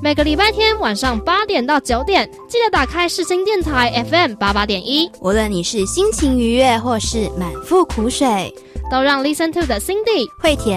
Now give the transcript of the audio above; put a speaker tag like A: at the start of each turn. A: 每个礼拜天晚上八点到九点，记得打开世新电台 FM 八八点一，
B: 无论你是心情愉悦或是满腹苦水，
A: 都让 Listen to 的 Cindy
B: 会甜。